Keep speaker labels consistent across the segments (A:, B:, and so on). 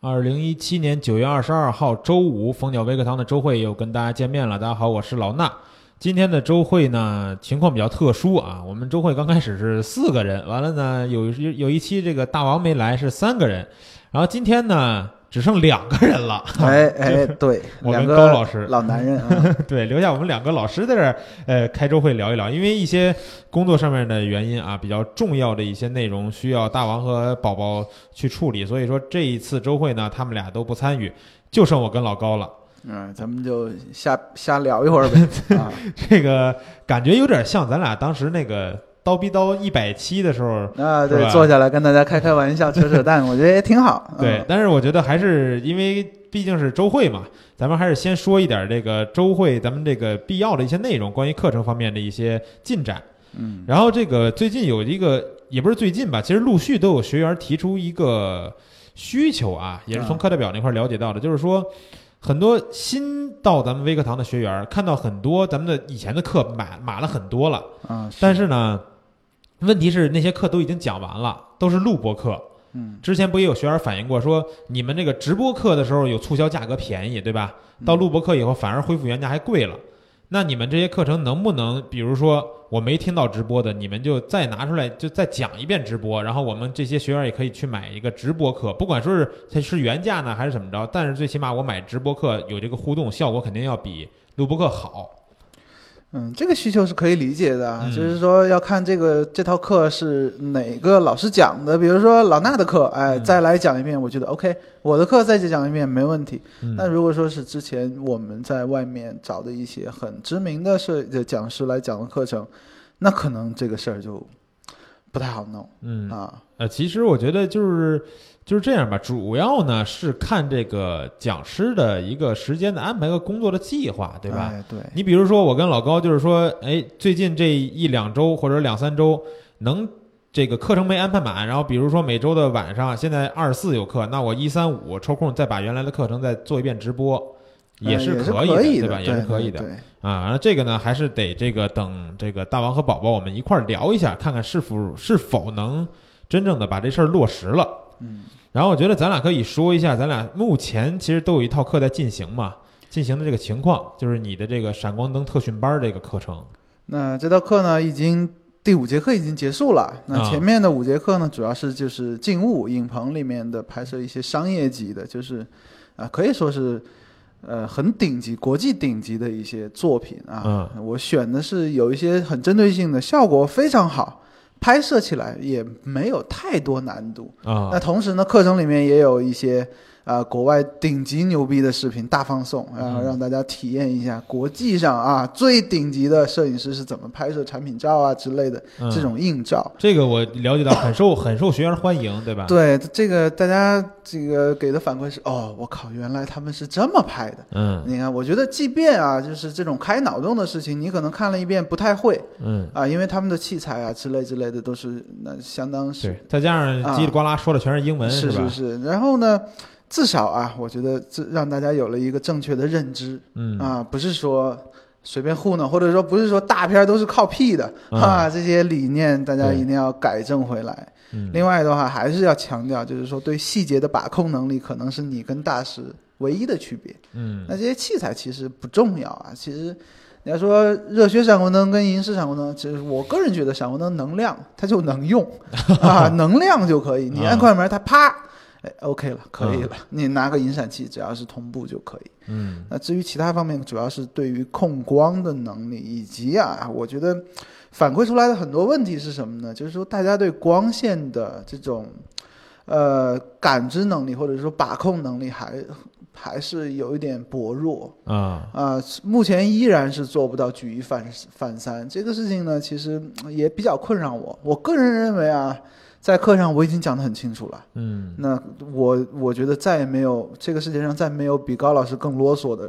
A: 二零一七年九月二十二号周五，蜂鸟微课堂的周会又跟大家见面了。大家好，我是老衲。今天的周会呢，情况比较特殊啊。我们周会刚开始是四个人，完了呢，有有有一期这个大王没来，是三个人。然后今天呢，只剩两个人了。
B: 哎 哎，对，
A: 我
B: 两
A: 跟
B: 个
A: 高老师
B: 老男人 啊，
A: 对，留下我们两个老师在这儿，呃，开周会聊一聊，因为一些工作上面的原因啊，比较重要的一些内容需要大王和宝宝去处理，所以说这一次周会呢，他们俩都不参与，就剩我跟老高了。
B: 嗯，咱们就瞎瞎聊一会儿 呗。啊，
A: 这个感觉有点像咱俩当时那个刀逼刀一百期的时候，
B: 那
A: 是
B: 对
A: 吧，
B: 坐下来跟大家开开玩笑、扯扯淡，我觉得也挺好。嗯
A: 对，，但是我觉得还是因为毕竟是周会嘛，咱们还是先说一点这个周会咱们这个必要的一些内容，关于课程方面的一些进展。
B: 嗯
A: 然后这个最近有一个，也不是最近吧，其实陆续都有学员提出一个需求啊，也是从
B: 啊
A: 课代表那块儿了解到的，就是说。很多新到咱们微课堂的学员，看到很多咱们的以前的课买买了很多了，
B: 啊，
A: 但是呢，问题是那些课都已经讲完了，都是录播课。
B: 嗯，
A: 之前不也有学员反映过说，你们这个直播课的时候有促销价格便宜，对吧？到
B: 嗯
A: 录播课以后反而恢复原价还贵了。那你们这些课程能不能，比如说我没听到直播的，你们就再拿出来，就再讲一遍直播，然后我们这些学员也可以去买一个直播课，不管说是它是原价呢还是怎么着，但是最起码我买直播课有这个互动，效果肯定要比录播课好。
B: 嗯，这个需求是可以理解的啊，
A: 嗯
B: 就是说要看这个这套课是哪个老师讲的，比如说老衲的课，哎，
A: 嗯
B: 再来讲一遍，我觉得 OK，我的课再讲一遍没问题。
A: 嗯
B: 那如果说是之前我们在外面找的一些很知名的设呃讲师来讲的课程，那可能这个事儿就不太好弄
A: 嗯，
B: 啊。
A: 呃，其实我觉得就是就是这样吧，主要呢是看这个讲师的一个时间的安排和工作的计划，对吧？
B: 哎、对，
A: 你比如说，我跟老高就是说，哎，最近这一两周或者两三周能。这个课程没安排满，然后比如说每周的晚上，现在二四有课，那我一三五抽空再把原来的课程再做一遍直播，
B: 哎也
A: 是
B: 是
A: 可以
B: 的，
A: 对吧？也是可以的
B: 对，对
A: 啊。然后这个呢，还是得这个等这个大王和宝宝我们一块儿聊一下，看看是否是否能真正的把这事儿落实了。
B: 嗯，
A: 然后我觉得咱俩可以说一下，咱俩目前其实都有一套课在进行嘛，进行的这个情况，就是你的这个闪光灯特训班这个课程。
B: 那这道课呢，已经第五节课已经结束了。
A: 啊
B: 那前面的五节课呢，主要是就是静物影棚里面的拍摄一些商业级的，就是啊、可以说是呃很顶级、国际顶级的一些作品啊。我选的是有一些很针对性的，效果非常好。拍摄起来也没有太多难度。
A: 啊
B: 那同时呢，课程里面也有一些啊、国外顶级牛逼的视频大放送，然后
A: 嗯
B: 让大家体验一下国际上啊最顶级的摄影师是怎么拍摄产品照啊之类的
A: 嗯
B: 这种硬照。
A: 这个我了解到很受很受学员欢迎，对吧？，
B: 对这个，大家这个给的反馈是哦，我靠，原来他们是这么拍的。
A: 嗯
B: 你看，我觉得即便啊，就是这种开脑洞的事情，你可能看了一遍不太会
A: 嗯，
B: 啊，因为他们的器材啊之类之类的都是那相当是
A: 对，再加上叽里呱啦说的全是英文，
B: 啊是
A: 吧？
B: 是然后呢，至少啊，我觉得这让大家有了一个正确的认知、
A: 嗯
B: 啊，不是说随便糊弄，或者说不是说大片儿都是靠屁的、
A: 嗯
B: 啊，这些理念大家
A: 对
B: 一定要改正回来。
A: 嗯
B: 另外的话，还是要强调，就是说对细节的把控能力，可能是你跟大师唯一的区别。
A: 嗯
B: 那这些器材其实不重要啊，其实。你要说热血闪光灯跟银式闪光灯，其实我个人觉得闪光灯能亮它就能用 啊，能亮就可以。你按快门，它啪，哎，OK 了，可以了。你拿个引闪器，只要是同步就可以。
A: 嗯
B: 那至于其他方面，主要是对于控光的能力，以及啊，我觉得反馈出来的很多问题是什么呢？就是说大家对光线的这种呃感知能力，或者说把控能力还，还是有一点薄弱
A: 啊
B: 啊、目前依然是做不到举一反反三。这个事情呢，其实嗯也比较困扰我。我个人认为啊，在课上我已经讲得很清楚了。
A: 嗯
B: 那我我觉得再也没有这个世界上再没有比高老师更啰嗦的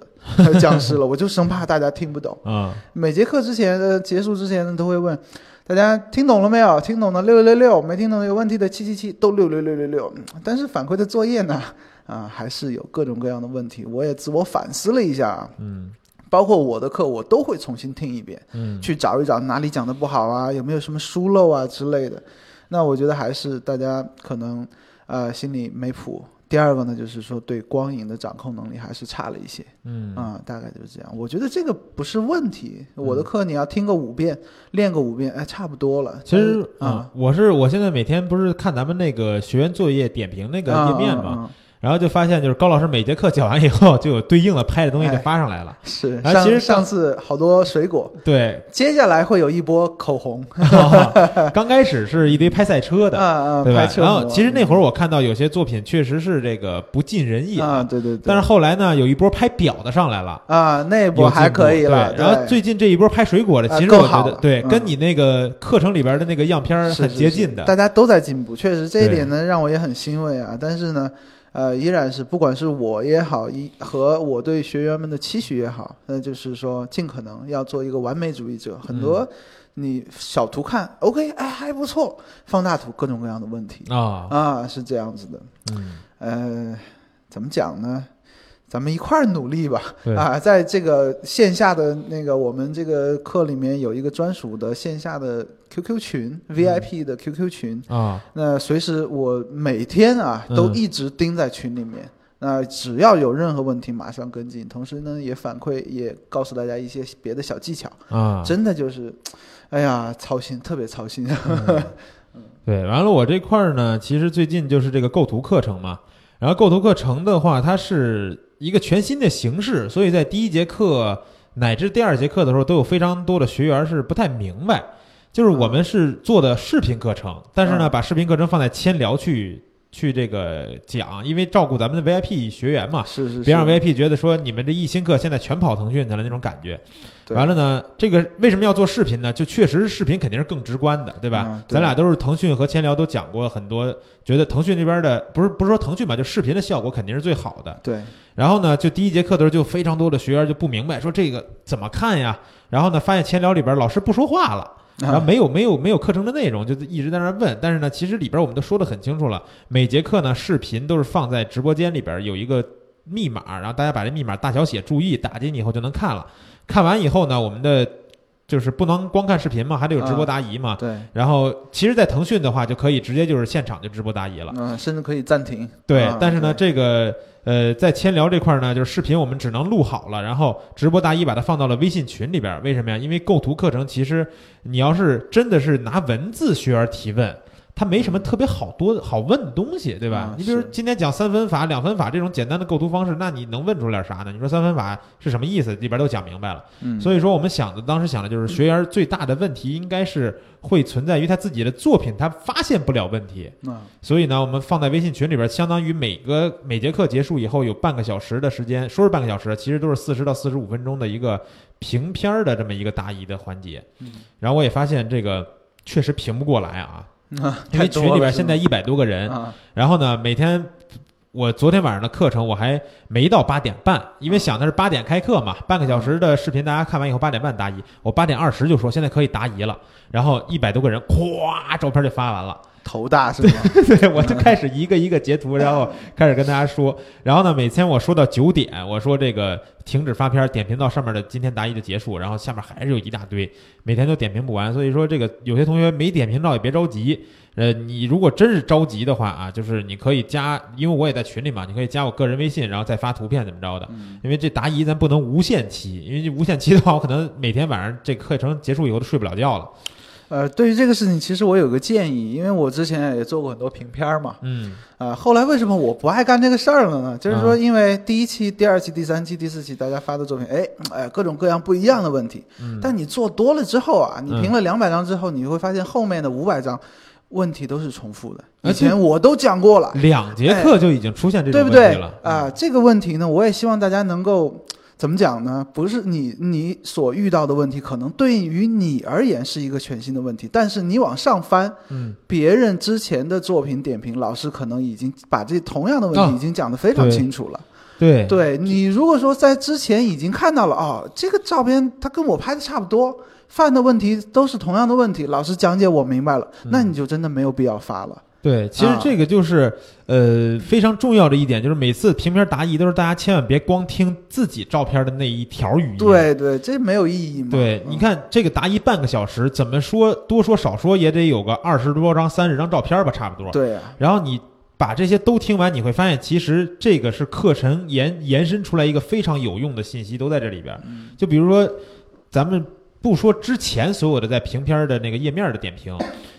B: 讲师了，我就生怕大家听不懂。
A: 啊
B: 每节课之前的结束之前呢，都会问大家听懂了没有？听懂的六六六，没听懂有问题的七七七，都六六六六六。嗯但是反馈的作业呢，啊，还是有各种各样的问题。我也自我反思了一下啊，
A: 嗯
B: 包括我的课，我都会重新听一遍。
A: 嗯
B: 去找一找哪里讲的不好啊，有没有什么疏漏啊之类的。那我觉得还是大家可能呃心里没谱，第二个呢，就是说对光影的掌控能力还是差了一些
A: 嗯
B: 啊、大概就是这样。我觉得这个不是问题，我的课你要听个五遍，练个五遍，哎，差不多了。
A: 其实
B: 但是啊，
A: 嗯我是我现在每天不是看咱们那个学员作业
B: 啊
A: 点评那个页面嘛，
B: 嘛，
A: 然后就发现就是高老师每节课讲完以后，就有对应的拍的东西就
B: 哎
A: 发上来 了。
B: 是
A: 哎其实上
B: 上上次好多水果，
A: 对，
B: 接下来会有一波口红
A: 刚开始是一堆拍赛车
B: 啊
A: 的，
B: 啊，
A: 对吧
B: 拍？车
A: 然后
B: 模
A: 其实那会
B: 嗯
A: 儿我看到有些作品确实是这个不尽人意的，
B: 啊，对对对，
A: 但是后来呢，有一波拍表的上来了。
B: 啊那
A: 有
B: 波还
A: 进步
B: 可以了，
A: 对然后
B: 对
A: 最近这一波拍水果的，
B: 啊
A: 其实
B: 更
A: 我觉
B: 好
A: 得
B: 了
A: 对，
B: 嗯
A: 跟你那个课程里边的那个样片儿
B: 是
A: 很
B: 是
A: 接
B: 是
A: 近的。
B: 大家都在进步，确实这一
A: 对
B: 点呢让我也很欣慰啊。但是呢，呃，依然是不管是我也好，一和我对学员们的期许也好，那就是说尽可能要做一个完美主义者。很
A: 嗯
B: 多你小图看、OK，哎还不错，放大图各种各样的问题、
A: 啊，
B: 啊是这样子的。
A: 嗯，
B: 呃，怎么讲呢？咱们一块儿努力吧
A: 对！
B: 啊，在这个线下的那个我们这个课里面有一个专属的线下的 QQ 群、VIP
A: 嗯
B: 的 QQ 群。
A: 啊，
B: 那随时我每天啊
A: 嗯
B: 都一直盯在群里面。那只要有任何问题，马上跟进。同时呢，也反馈，也告诉大家一些别的小技巧。
A: 啊，
B: 真的就是，哎呀，操心，特别操心。
A: 嗯 对，完了我这块儿呢，其实最近就是这个构图课程嘛，然后构图课程的话，它是一个全新的形式，所以在第一节课乃至第二节课的时候，都有非常多的学员是不太明白，就是我们是做的视频课程，但是呢，
B: 嗯
A: 把视频课程放在千聊去去这个讲，因为照顾咱们的 VIP 学员嘛，
B: 是是是，
A: 啊别让 VIP 觉得说你们这一新课现在全跑腾讯去了那种感觉。
B: 对
A: 完了呢，这个为什么要做视频呢？就确实视频肯定是更直观的，对吧？
B: 嗯对
A: 咱俩都是腾讯和千聊都讲过很多，觉得腾讯这边的不是不是说腾讯吧，就视频的效果肯定是最好的。
B: 对，
A: 然后呢，就第一节课的时候就非常多的学员就不明白，说这个怎么看呀？然后呢，发现千聊里边老师不说话了。然
B: 啊
A: 后没有没有没有课程的内容，就一直在那儿问。但是呢，其实里边我们都说的很清楚了，每节课呢视频都是放在直播间里边有一个密码，然后大家把这密码大小写注意打进去以后就能看了。看完以后呢，我们的就是不能光看视频嘛，还得有直播答疑嘛。
B: 对，
A: 然后，其实，在腾讯的话，就可以直接就是现场就直播答疑了。
B: 嗯、甚至可以暂停。
A: 对，
B: 啊
A: 但是呢，这个呃，在千聊这块儿呢，就是视频我们只能录好了，然后直播答疑把它放到了微信群里边儿。为什么呀？因为构图课程其实你要是真的是拿文字学员提问，他没什么特别好多好问的东西，对吧？
B: 啊
A: 你比如
B: 是
A: 今天讲三分法、两分法这种简单的构图方式，那你能问出点啥呢？你说三分法是什么意思？里边儿都讲明白了。
B: 嗯，
A: 所以说，我们想的当时想的就是，学员最大的问题应该是会存在于他自己的作品，他发现不了问题。
B: 嗯
A: 所以呢，我们放在微信群里边，相当于每个每节课结束以后有半个小时的时间，说是半个小时，其实都是四十到四十五分钟的一个评片儿的这么一个答疑的环节。
B: 嗯
A: 然后我也发现这个确实评不过来啊，
B: 啊，
A: 因为群里边现在一百多个人，
B: 啊，
A: 然后呢每天。我昨天晚上的课程我还没到八点半，因为想的是八点开课嘛，半个小时的视频大家看完以后八点半答疑，我八点二十就说现在可以答疑了，然后一百多个人咵照片就发完了，
B: 头大是吗？
A: 对，我就
B: 嗯
A: 开始一个一个截图，然后开始跟大家说。然后呢，每天我说到九点，我说这个停止发片儿，点评到上面的今天答疑就结束，然后下面还是有一大堆，每天都点评不完。所以说，这个有些同学没点评到也别着急。呃，你如果真是着急的话啊，就是你可以加，因为我也在群里嘛，你可以加我个人微信，然后再发图片怎么着的。
B: 嗯
A: 因为这答疑咱不能无限期，因为这无限期的话，我可能每天晚上这课程结束以后都睡不了觉了。
B: 呃，对于这个事情，其实我有个建议，因为我之前也做过很多评片儿嘛，
A: 嗯
B: 啊、后来为什么我不爱干这个事儿了呢？就是说，因为第一期、第二期、第三期、第四期大家发的作品，哎，哎，各种各样不一样的问题，
A: 嗯，
B: 但你做多了之后啊，你
A: 嗯
B: 评了两百张之后，你会发现后面的五百张问题都是重复的，
A: 而
B: 以
A: 且
B: 前我都讲过了，
A: 两节
B: 哎
A: 课就已经出现这种
B: 对不
A: 问
B: 对
A: 题了嗯
B: 啊、这个问题呢，我也希望大家能够怎么讲呢？不是你你所遇到的问题，可能对于你而言是一个全新的问题，但是你往上翻，
A: 嗯，
B: 别人之前的作品点评，老师可能已经把这同样的问
A: 啊
B: 题已经讲得非常
A: 对
B: 清楚了。
A: 对
B: 对你如果说在之前已经看到了哦，这个照片它跟我拍的差不多，犯的问题都是同样的问题，老师讲解我明白了，那
A: 嗯
B: 你就真的没有必要发了。
A: 对，其实
B: 啊
A: 这个就是、呃非常重要的一点，就是每次评片答疑都是大家千万别光听自己照片的那一条语音。
B: 对对，这没有意义嘛。
A: 对，
B: 嗯
A: 你看这个答疑半个小时，怎么说多说少说也得有个二十多张、三十张照片吧，差不多。
B: 对啊。
A: 然后你把这些都听完，你会发现，其实这个是课程延延伸出来一个非常有用的信息，都在这里边儿。
B: 嗯
A: 就比如说，咱们不说之前所有的在评片儿的那个页面儿的点评，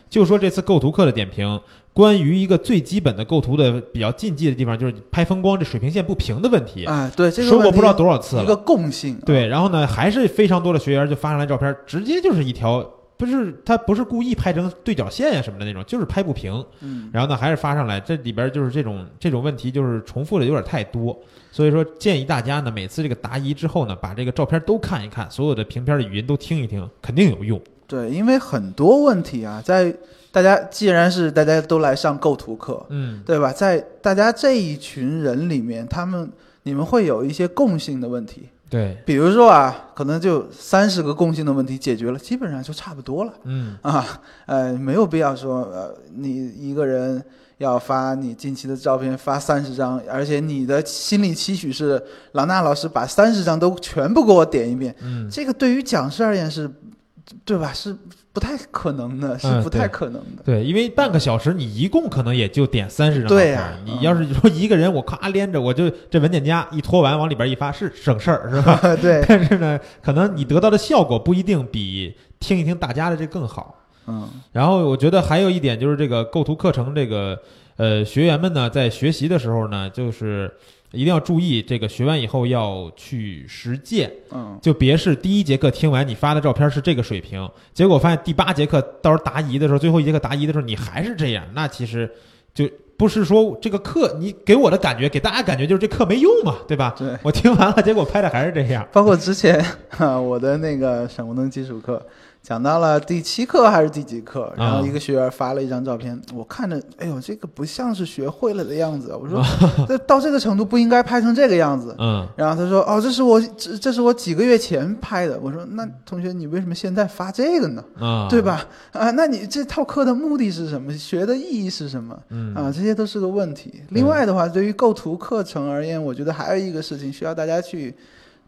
A: 就说这次构图课的点评，关于一个最基本的构图的比较禁忌的地方，就是拍风光这水平线不平的问题，
B: 哎，对这个
A: 说过
B: 问
A: 不知
B: 题
A: 道多少次
B: 一
A: 了
B: 个。共性，，啊
A: 对，然后呢，还是非常多的学员就发上来照片，直接就是一条，不是他不是故意拍成对角线呀、什么的那种，就是拍不平。
B: 嗯，
A: 然后呢，还是发上来，这里边就是这种这种问题就是重复的有点太多，所以说建议大家呢，每次这个答疑之后呢，把这个照片都看一看，所有的评片的语音都听一听，肯定有用。
B: 对，因为很多问题啊，在大家既然是大家都来上构图课，
A: 嗯
B: 对吧？在大家这一群人里面，他们你们会有一些共性的问题，
A: 对，
B: 比如说啊，可能就三十个共性的问题解决了，基本上就差不多了。
A: 嗯
B: 啊，呃，没有必要说，呃，你一个人要发你近期的照片发三十张，而且你的心理期许是郎娜老师把三十张都全部给我点一遍，
A: 嗯，
B: 这个对于讲师而言是，对吧？是不太可能的，是
A: 嗯
B: 不太
A: 对
B: 可能的。
A: 对，因为半个小时你一共可能也就点三十张照
B: 对
A: 片
B: 呀
A: 儿，你
B: 嗯
A: 要是说一个人我咔连着，我就这文件夹一拖完往里边一发是省事儿是吧？
B: 对，
A: 但是呢，可能你得到的效果不一定比听一听大家的这更好。
B: 嗯
A: 然后我觉得还有一点就是这个构图课程这个呃学员们呢，在学习的时候呢，就是一定要注意这个学完以后要去实践，
B: 嗯，
A: 就别是第一节课听完你发的照片是这个水平，结果发现第八节课到时候答疑的时候，最后一节课答疑的时候你还是这样，那其实就。不是说这个课，你给我的感觉，给大家感觉就是这课没用嘛，对吧？
B: 对。
A: 我听完了，结果拍的还是这样。
B: 包括之前 哈，我的那个闪光灯基础课，讲到了第七课还是第几课，然后
A: 啊
B: 一个学员发了一张照片，我看着，哎呦，这个不像是学会了的样 子。我说，这到这个程度不应该拍成这个样子。
A: 嗯，
B: 然后他说，哦，这是我这这是我几个月前拍的。我说，那同学你为什么现在发这个呢？
A: 啊，
B: 对？吧？啊，那你这套课的目的是什么？学的意义是什么？
A: 嗯
B: 啊，这些都是个问题。另外的话，对于构图课程而言，我觉得还有一个事情需要大家去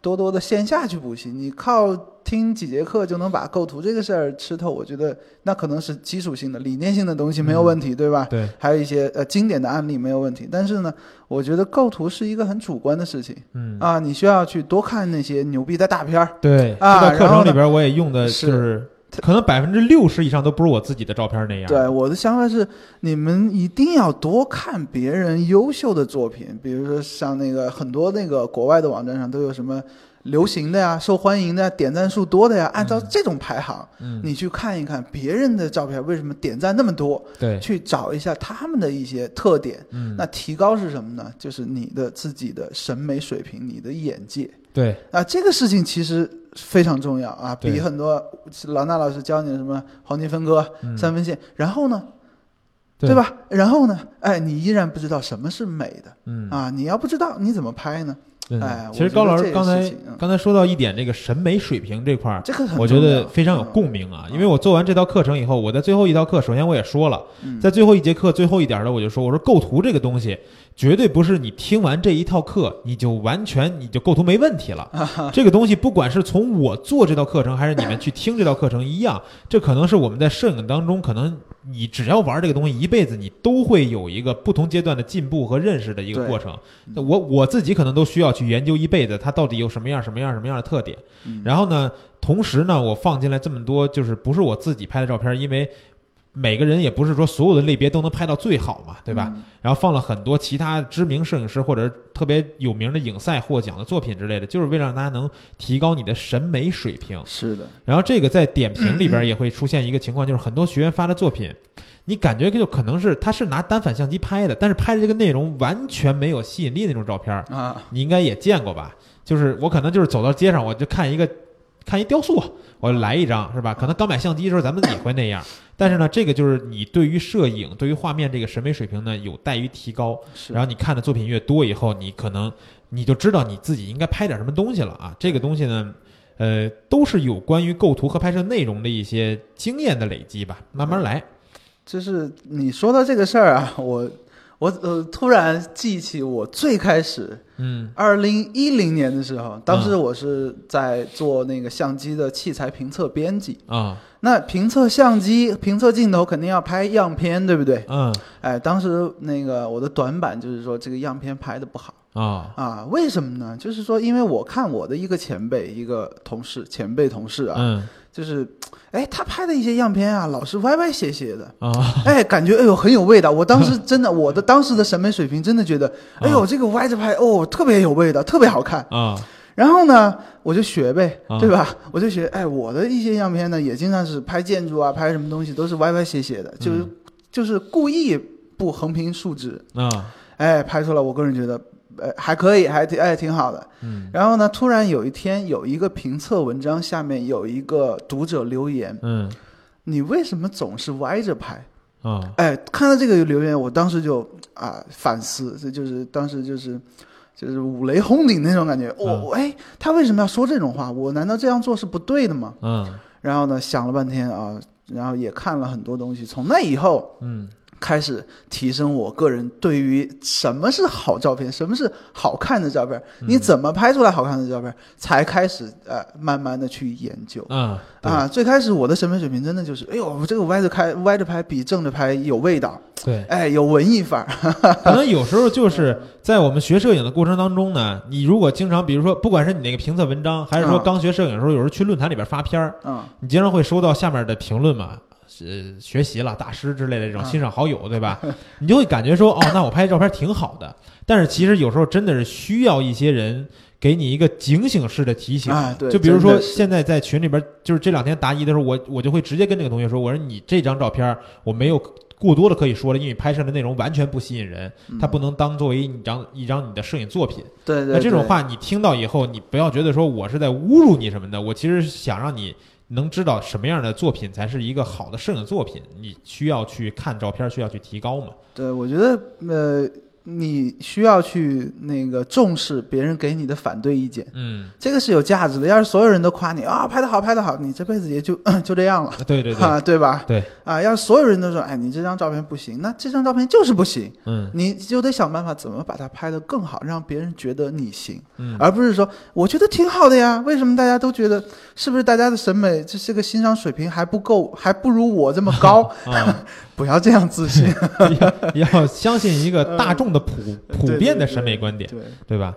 B: 多多的线下去补习。你靠听几节课就能把构图这个事儿吃透，我觉得那可能是基础性的、理念性的东西
A: 嗯
B: 没有问题，对吧？
A: 对，
B: 还有一些呃经典的案例没有问题，但是呢，我觉得构图是一个很主观的事情
A: 嗯，
B: 啊，你需要去多看那些牛逼的大片儿，
A: 对，这
B: 啊
A: 套课
B: 然后
A: 程
B: 呢
A: 里边我也用的
B: 是
A: 就是，可能百分之六十以上都不是我自己的照片那样。
B: 对，我的想法是，你们一定要多看别人优秀的作品，比如说像那个很多那个国外的网站上都有什么流行的呀、受欢迎的呀、点赞数多的呀，按照这种排行，
A: 嗯，
B: 你去看一看别人的照片为什么点赞那么多，
A: 对，
B: 去找一下他们的一些特点。
A: 嗯，
B: 那提高是什么呢？就是你的自己的审美水平，你的眼界。
A: 对，
B: 啊，这个事情其实非常重要啊，
A: 对
B: 比很多老衲老师教你的什么黄金分割、
A: 嗯
B: 三分线，然后呢，
A: 对
B: 对吧？然后呢，哎，你依然不知道什么是美的、
A: 嗯，
B: 啊！你要不知道，你怎么拍呢？
A: 嗯
B: 哎我
A: 其实
B: 觉
A: 高
B: 得
A: 老
B: 这
A: 师
B: 个
A: 刚
B: 事
A: 才
B: 情嗯
A: 刚才说到一点，这个审美水平这块儿，
B: 这个
A: 啊
B: 很
A: 我觉
B: 重
A: 得
B: 要嗯
A: 非常有共鸣啊。因为我做完这道课程以后，我在最后一道课，首先我也说了，
B: 嗯
A: 在最后一节课最后一点儿的，我就说，我说构图这个东西，绝对不是你听完这一套课，你就完全你就构图没问题了。这个东西，不管是从我做这道课程，还是你们去听这道课程一样，这可能是我们在摄影当中，可能你只要玩这个东西一辈子，你都会有一个不同阶段的进步和认识的一个
B: 对
A: 过程。那我我自己可能都需要去研究一辈子，它到底有什么样、什么样、什么样的特点。
B: 嗯
A: 然后呢，同时呢，我放进来这么多，就是不是我自己拍的照片，因为每个人也不是说所有的类别都能拍到最好嘛，对
B: 嗯
A: 吧？？然后放了很多其他知名摄影师或者是特别有名的影赛获奖的作品之类的，就是为了让大家能提高你的审美水平
B: 嗯。是的，
A: 然后这个在点评里边也会出现一个情况，就是很多学员发的作品，你感觉就可能是他是拿单反相机拍的，但是拍的这个内容完全没有吸引力那种照片儿，
B: 啊，
A: 你应该也见过吧？就是我可能就是走到街上，我就看一个看一雕塑，我来一张是吧？可能刚买相机的时候咱们也会那样，但是呢，这个就是你对于摄影、对于画面这个审美水平呢有待于提高。
B: 是
A: 然后你看的作品越多以后，你可能你就知道你自己应该拍点什么东西了啊。这个东西呢，呃，都是有关于构图和拍摄内容的一些经验的累积吧，慢慢来。
B: 就是你说到这个事儿啊，我我呃突然记起我最开始
A: 嗯
B: 二零一零年的时候，当时我是在做那个相机的器材评测编辑。
A: 啊
B: 那评测相机、评测镜头肯定要拍样片，对不对？
A: 嗯
B: 哎，当时那个我的短板就是说这个样片拍的不好
A: 啊
B: 啊，为什么呢？就是说，因为我看我的一个前辈、一个同事、前辈同事啊，
A: 嗯
B: 就是，哎，他拍的一些样片啊，老是歪歪斜斜的，
A: 啊
B: 哎，感觉哎呦很有味道。我当时真的，我的当时的审美水平真的觉得，哎呦这个歪着拍哦，特别有味道，特别好看。
A: 啊
B: 然后呢，我就学呗
A: 啊，
B: 对吧？我就学，哎，我的一些样片呢，也经常是拍建筑啊，拍什么东西都是歪歪斜斜的，就是、就是故意不横平竖直，
A: 啊
B: 哎，拍出来我个人觉得，哎，还可以，还挺哎挺好的。
A: 嗯
B: 然后呢，突然有一天有一个评测文章下面有一个读者留言，
A: 嗯
B: 你为什么总是歪着拍？
A: 啊
B: 哎，看到这个留言，我当时就啊、反思，这就是当时就是就是五雷轰顶那种感觉。我、
A: 嗯
B: 我哎，他为什么要说这种话？我难道这样做是不对的吗？
A: 嗯
B: 然后呢，想了半天啊，然后也看了很多东西。从那以后
A: 嗯
B: 开始提升我个人对于什么是好照片，什么是好看的照片，
A: 嗯
B: 你怎么拍出来好看的照片，才开始呃慢慢的去研究。
A: 啊
B: 啊，最开始我的审美水平真的就是，哎呦，这个歪着开歪着拍比正着拍有味道，
A: 对，
B: 哎，有文艺范儿。
A: 可能有时候就是在我们学摄影的过程当中呢，你如果经常，比如说，不管是你那个评测文章，还是说
B: 嗯
A: 刚学摄影的时候，有时候去论坛里边发片儿，
B: 嗯，
A: 你经常会收到下面的评论嘛，是学习了大师之类的这种
B: 嗯
A: 欣赏好友，对吧？ 你就会感觉说，哦，那我拍照片挺好的，但是其实有时候真的是需要一些人给你一个警醒式的提醒。
B: 啊，对，
A: 就比如
B: 真
A: 说，
B: 的是
A: 现在在群里边，就是这两天答疑的时候，我我就会直接跟这个同学说，我说你这张照片儿我没有过多的可以说了，因为拍摄的内容完全不吸引人，它不能当作为一张一张你的摄影作品。
B: 嗯对对
A: 那这种
B: 对
A: 话你听到以后，你不要觉得说我是在侮辱你什么的，我其实想让你能知道什么样的作品才是一个好的摄影作品，你需要去看照片，需要去提高嘛。
B: 对，我觉得呃，你需要去那个重视别人给你的反对意见，
A: 嗯，
B: 这个是有价值的。要是所有人都夸你啊，拍的好，拍的好，你这辈子也就 就这样了，
A: 对对对，
B: 啊，对吧？
A: 对，
B: 啊，要是所有人都说，哎，你这张照片不行，那这张照片就是不行，
A: 嗯
B: 你就得想办法怎么把它拍得更好，让别人觉得你行，
A: 嗯
B: 而不是说我觉得挺好的呀，为什么大家都觉得是不是大家的审美这这个欣赏水平还不够，还不如我这么 高？
A: 啊，
B: 不要这样自信，
A: 要要相信一个大众的普普
B: 对
A: 遍的
B: 对对
A: 审美观点。
B: 对，
A: 对吧？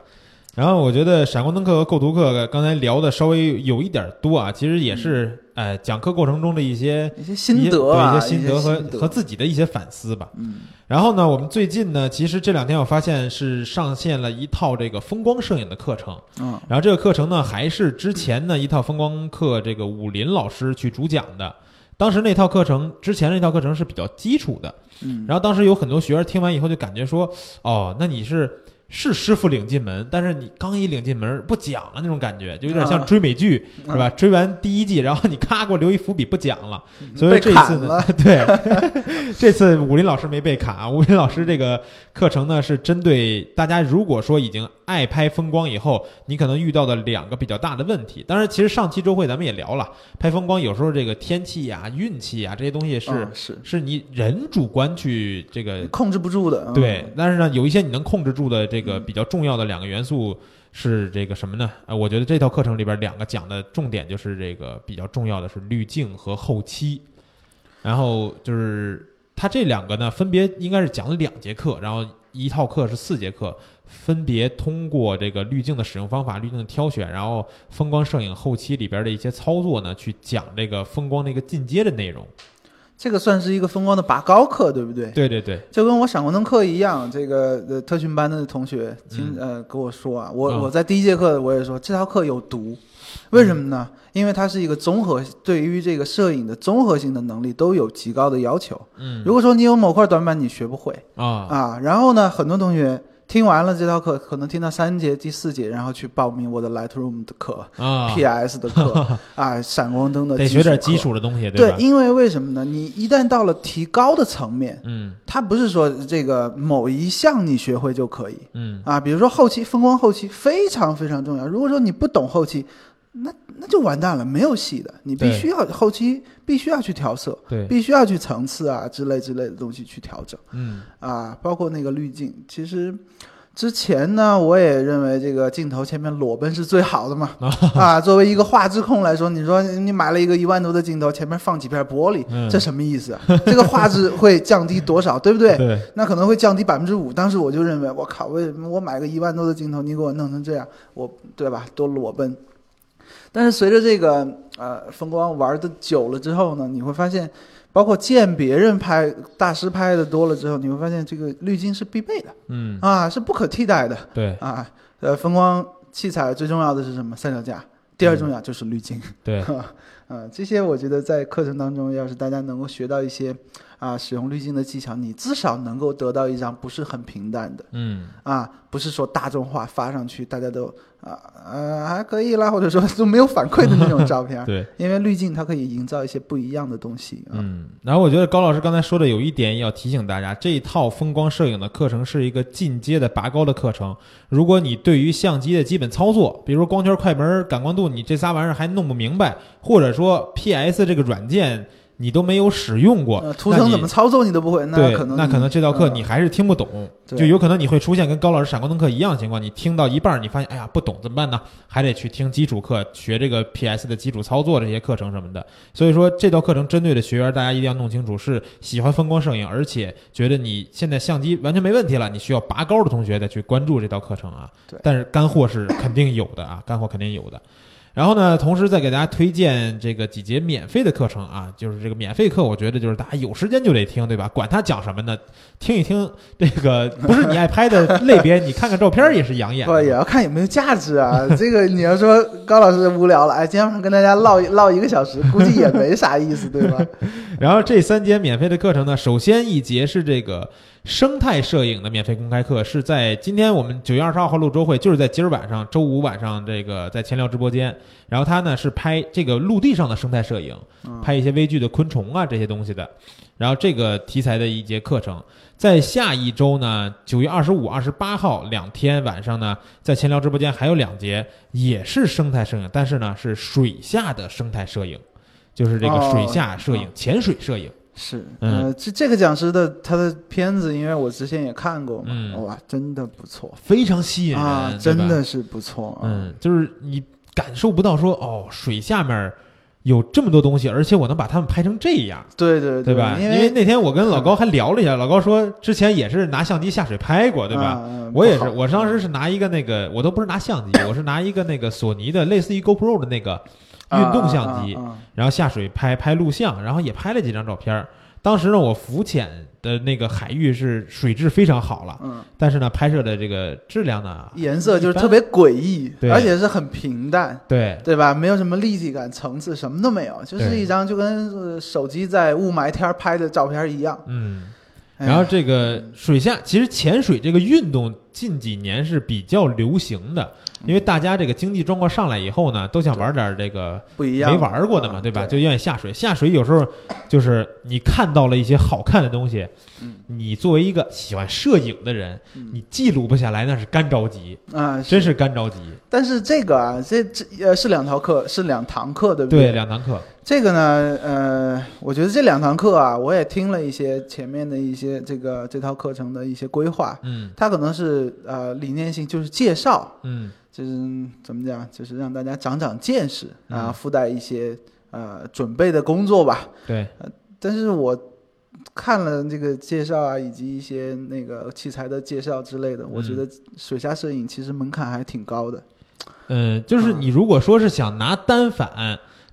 A: 然后我觉得闪光灯课和构图课刚才聊的稍微有一点多啊，其实也是、呃讲课过程中的一些
B: 一些嗯心得啊，
A: 一
B: 一
A: 些对一些心得和
B: 心得
A: 和自己的一些反思吧。
B: 嗯
A: 然后呢，我们最近呢，其实这两天我发现是上线了一套这个风光摄影的课程，
B: 嗯
A: 然后这个课程呢还是之前呢一套风光课这个武林老师去主讲的。当时那套课程，之前那套课程是比较基础的，
B: 嗯，
A: 然后当时有很多学员听完以后就感觉说，哦，那你是是师傅领进门，但是你刚一领进门不讲了那种感觉，就有点像
B: 啊
A: 追美剧、是吧？追完第一季，然后你咔给我留一伏笔不讲了，所以这次
B: 嗯被砍
A: 呢
B: 了，，
A: 对， 这次武林老师没被砍啊。武林老师这个课程呢，是针对大家如果说已经爱拍风光以后，你可能遇到的两个比较大的问题。当然，其实上期周会咱们也聊了，拍风光有时候这个天气呀、运气呀、这些东西是、
B: 嗯是
A: 是你人主观去这个
B: 控制不住的，嗯
A: 对，，但是呢，有一些你能控制住的这个比较重要的两个元素是这个什么呢？呃，我觉得这套课程里边两个讲的重点就是这个比较重要的是滤镜和后期，然后就是它这两个呢，分别应该是讲了两节课，然后一套课是四节课，分别通过这个滤镜的使用方法、滤镜的挑选，然后风光摄影后期里边的一些操作呢，去讲这个风光的一个进阶的内容。
B: 这个算是一个风光的拔高课，对不对？
A: 对对对，
B: 就跟我闪光灯课一样，这个呃特训班的同学经、呃跟我说啊，我、
A: 嗯
B: 我在第一节课我也说这堂课有毒，为什么呢？
A: 嗯
B: 因为它是一个综合，对于这个摄影的综合性的能力都有极高的要求。
A: 嗯
B: 如果说你有某块短板你学不会
A: 啊
B: 啊，然后呢，很多同学听完了这堂课，可能听到三节、第四节，然后去报名我的 Lightroom 的课、
A: 啊，
B: PS 的课啊、闪光灯的
A: 得学点
B: 课
A: 基。础的东西，
B: 对
A: 吧，？
B: 因为为什么呢？你一旦到了提高的层面，
A: 嗯
B: 它不是说这个某一项你学会就可以
A: 嗯
B: 啊，比如说后期风光后期非常非常重要。如果说你不懂后期，那那就完蛋了，没有戏的。你必须要后期必须要去调色，
A: 对，
B: 必须要去层次啊之类之类的东西去调整
A: 嗯
B: 啊，包括那个滤镜。其实之前呢，我也认为这个镜头前面裸奔是最好的嘛啊。作为一个画质控来说，你说你买了一个一万多的镜头，前面放几片玻璃，
A: 嗯
B: 这什么意思啊？这个画质会降低多少，对不对？
A: 对，
B: 那可能会降低百分之五。当时我就认为，我靠，为什么我买个一万多的镜头，你给我弄成这样，我对吧，多裸奔？但是随着这个呃风光玩的久了之后呢，你会发现，包括见别人拍大师拍的多了之后，你会发现这个滤镜是必备的
A: 嗯
B: 啊，是不可替代的
A: 对
B: 啊。呃，风光器材最重要的是什么？三脚架。第
A: 嗯
B: 二重要就是滤镜，
A: 对，
B: 啊，这些我觉得在课程当中，要是大家能够学到一些啊使用滤镜的技巧，你至少能够得到一张不是很平淡的
A: 嗯，
B: 啊，不是说大众化发上去大家都啊呃还可以啦，或者说都没有反馈的那种照 片
A: 对。
B: 因为滤镜它可以营造一些不一样的东西啊。
A: 嗯，然后我觉得高老师刚才说的有一点要提醒大家，这一套风光摄影的课程是一个进阶的拔高的课程。如果你对于相机的基本操作，比如说光圈、快门、感光度，你这仨玩意儿还弄不明白，或者说 PS 这个软件你都没有使用过，
B: 呃图层怎么操作你都不会，
A: 那你对
B: 可能
A: 那
B: 那
A: 可能这道课你还是听不懂，
B: 对
A: 就有可能你会出现跟高老师闪光灯课一样的情况，你听到一半儿你发现哎呀不懂怎么办呢？还得去听基础课，学这个 PS 的基础操作这些课程什么的。所以说这道课程针对的学员，大家一定要弄清楚，是喜欢风光摄影，而且觉得你现在相机完全没问题了，你需要拔高的同学再去关注这道课程啊。
B: 对
A: 但是干货是肯定有的啊，干 货肯定有的。然后呢，同时再给大家推荐这个几节免费的课程啊，就是这个免费课，我觉得就是大家有时间就得听，对吧？管他讲什么呢，听一听这个不是你爱拍的类别，你看看照片儿也是养眼
B: 不呃也
A: 的。
B: 要看有没有价值啊。这个你要说高老师无聊了，哎，今天晚上跟大家唠一唠一个小时，估计也没啥意思，对吧？
A: 然后这三节免费的课程呢，首先一节是这个生态摄影的免费公开课，是在今天我们九月二十二号录周会，就是在今儿晚上周五晚上这个在千聊直播间，然后他呢是拍这个陆地上的生态摄影。
B: 嗯
A: 拍一些微距的昆虫啊这些东西的。然后这个题材的一节课程，在下一周呢，九月二十五、二十八号两天晚上呢，在闲聊直播间还有两节，也是生态摄影，但是呢是水下的生态摄影，就是这个
B: 哦
A: 水下摄影、
B: 哦
A: 潜水摄影。
B: 是，
A: 嗯
B: 呃，这这个讲师的他的片子，因为我之前也看过嘛，
A: 嗯
B: 哇，真的不错
A: 非常吸引人，
B: 啊，
A: 对
B: 真
A: 吧
B: 的是不错，啊
A: 嗯，就是你感受不到说哦，水下面儿有这么多东西，而且我能把它们拍成这样，
B: 对对
A: 对吧？因
B: 因嗯
A: 为那天我跟老高还聊了一下，老高说之前也是拿相机下水拍过，对吧？
B: 啊嗯
A: 我也
B: 不
A: 是，
B: 好
A: 我当时是拿一个那个，我都不是拿相机，我是拿一个那个索尼的类似于 GoPro 的那个运动相机，
B: 啊啊啊啊
A: 然后下水拍拍录像，然后也拍了几张照片儿。当时呢，我浮潜的那个海域是水质非常好了，
B: 嗯，
A: 但是呢，拍摄的这个质量呢，
B: 颜色就是
A: 一般
B: 特别诡异，
A: 对
B: 而且是很平淡。
A: 对
B: 对吧？没有什么立体感、层次，什么都没有，就是
A: 对
B: 一张就跟、呃手机在雾霾天拍的照片一样。
A: 嗯。
B: 哎
A: 然后这个水下，其实潜水这个运动近几年是比较流行的，
B: 嗯
A: 因为大家这个经济状况上来以后呢，都想玩点儿这个
B: 不一样，
A: 没玩过的嘛，
B: 啊
A: 对吧？就愿意下水。下水有时候就是你看到了一些好看的东西
B: 嗯，
A: 你作为一个喜欢摄影的人，
B: 嗯
A: 你记录不下来那是干着急，
B: 啊，
A: 真是干着急。
B: 但是这个啊，这这呃是两堂课，是两堂课，对不
A: 对，两堂课，
B: 这个呢，呃，我觉得这两堂课啊，我也听了一些前面的一些这个这套课程的一些规划，
A: 嗯
B: 它可能是呃理念性就是介绍，
A: 嗯
B: 就是怎么讲，就是让大家长长见识啊，
A: 嗯
B: 附带一些呃准备的工作吧。
A: 对，
B: 但是我看了这个介绍啊，以及一些那个器材的介绍之类的，我觉得水下摄影其实门槛还挺高的。
A: 嗯，就是
B: 啊
A: 你如果说是想拿单反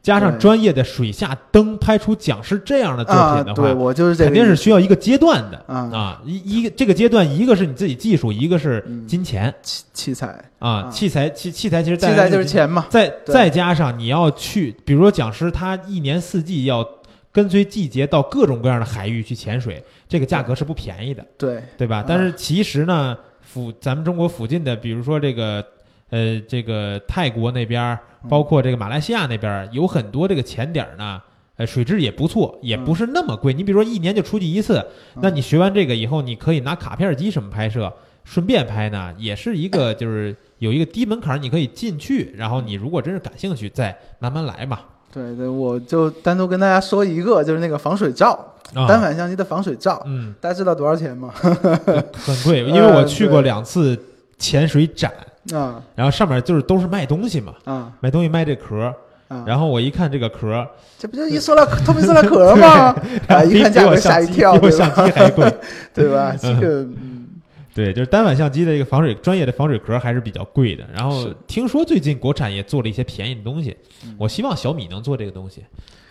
A: 加上
B: 对
A: 专业的水下灯拍出讲师这样的作
B: 啊，
A: 品的
B: 对
A: 话，
B: 我就是这个
A: 肯定是
B: 意思
A: 需要一个阶段的。
B: 啊
A: 啊，一一个这个阶段，一个是你自己技术，一个是
B: 嗯
A: 金钱
B: 器器材，
A: 啊，
B: 啊
A: 器材器器材其实
B: 器
A: 带来
B: 材
A: 的
B: 就是
A: 金
B: 钱嘛。
A: 再
B: 对
A: 再加上你要去，比如说讲师他一年四季要跟随季节到各种各样的海域去潜水，这个价格是不便宜的，
B: 对，
A: 对吧
B: 啊？
A: 但是其实呢，附咱们中国附近的，比如说这个呃这个泰国那边儿，
B: 嗯
A: 包括这个马来西亚那边儿，有很多这个潜点儿呢。呃，水质也不错，也不是那么贵。你比如说一年就出去一次，那你学完这个以后，你可以拿卡片机什么拍摄，顺便拍呢，也是一个就是有一个低门槛，你可以进去，然后你如果真是感兴趣，再慢慢来嘛。
B: 对对，我就单独跟大家说一个，就是那个防水罩，
A: 啊
B: 单反相机的防水罩，
A: 嗯，
B: 大家知道多少钱吗？
A: 很贵，因为我去过两次潜水展，
B: 啊
A: 然后上面就是都是卖东西嘛，
B: 啊
A: 卖东西卖这壳儿，
B: 啊！
A: 然后我一看这个壳儿，
B: 这不就一塑料壳透明塑料 壳吗？ 啊，一看价格吓一跳，
A: 比我
B: 对
A: 相
B: 吧？
A: 机还贵。
B: 对吧？这个嗯，
A: 对，就是单反相机的一个防水专业的防水壳还是比较贵的。然后
B: 是
A: 听说最近国产也做了一些便宜的东西
B: 嗯，
A: 我希望小米能做这个东西，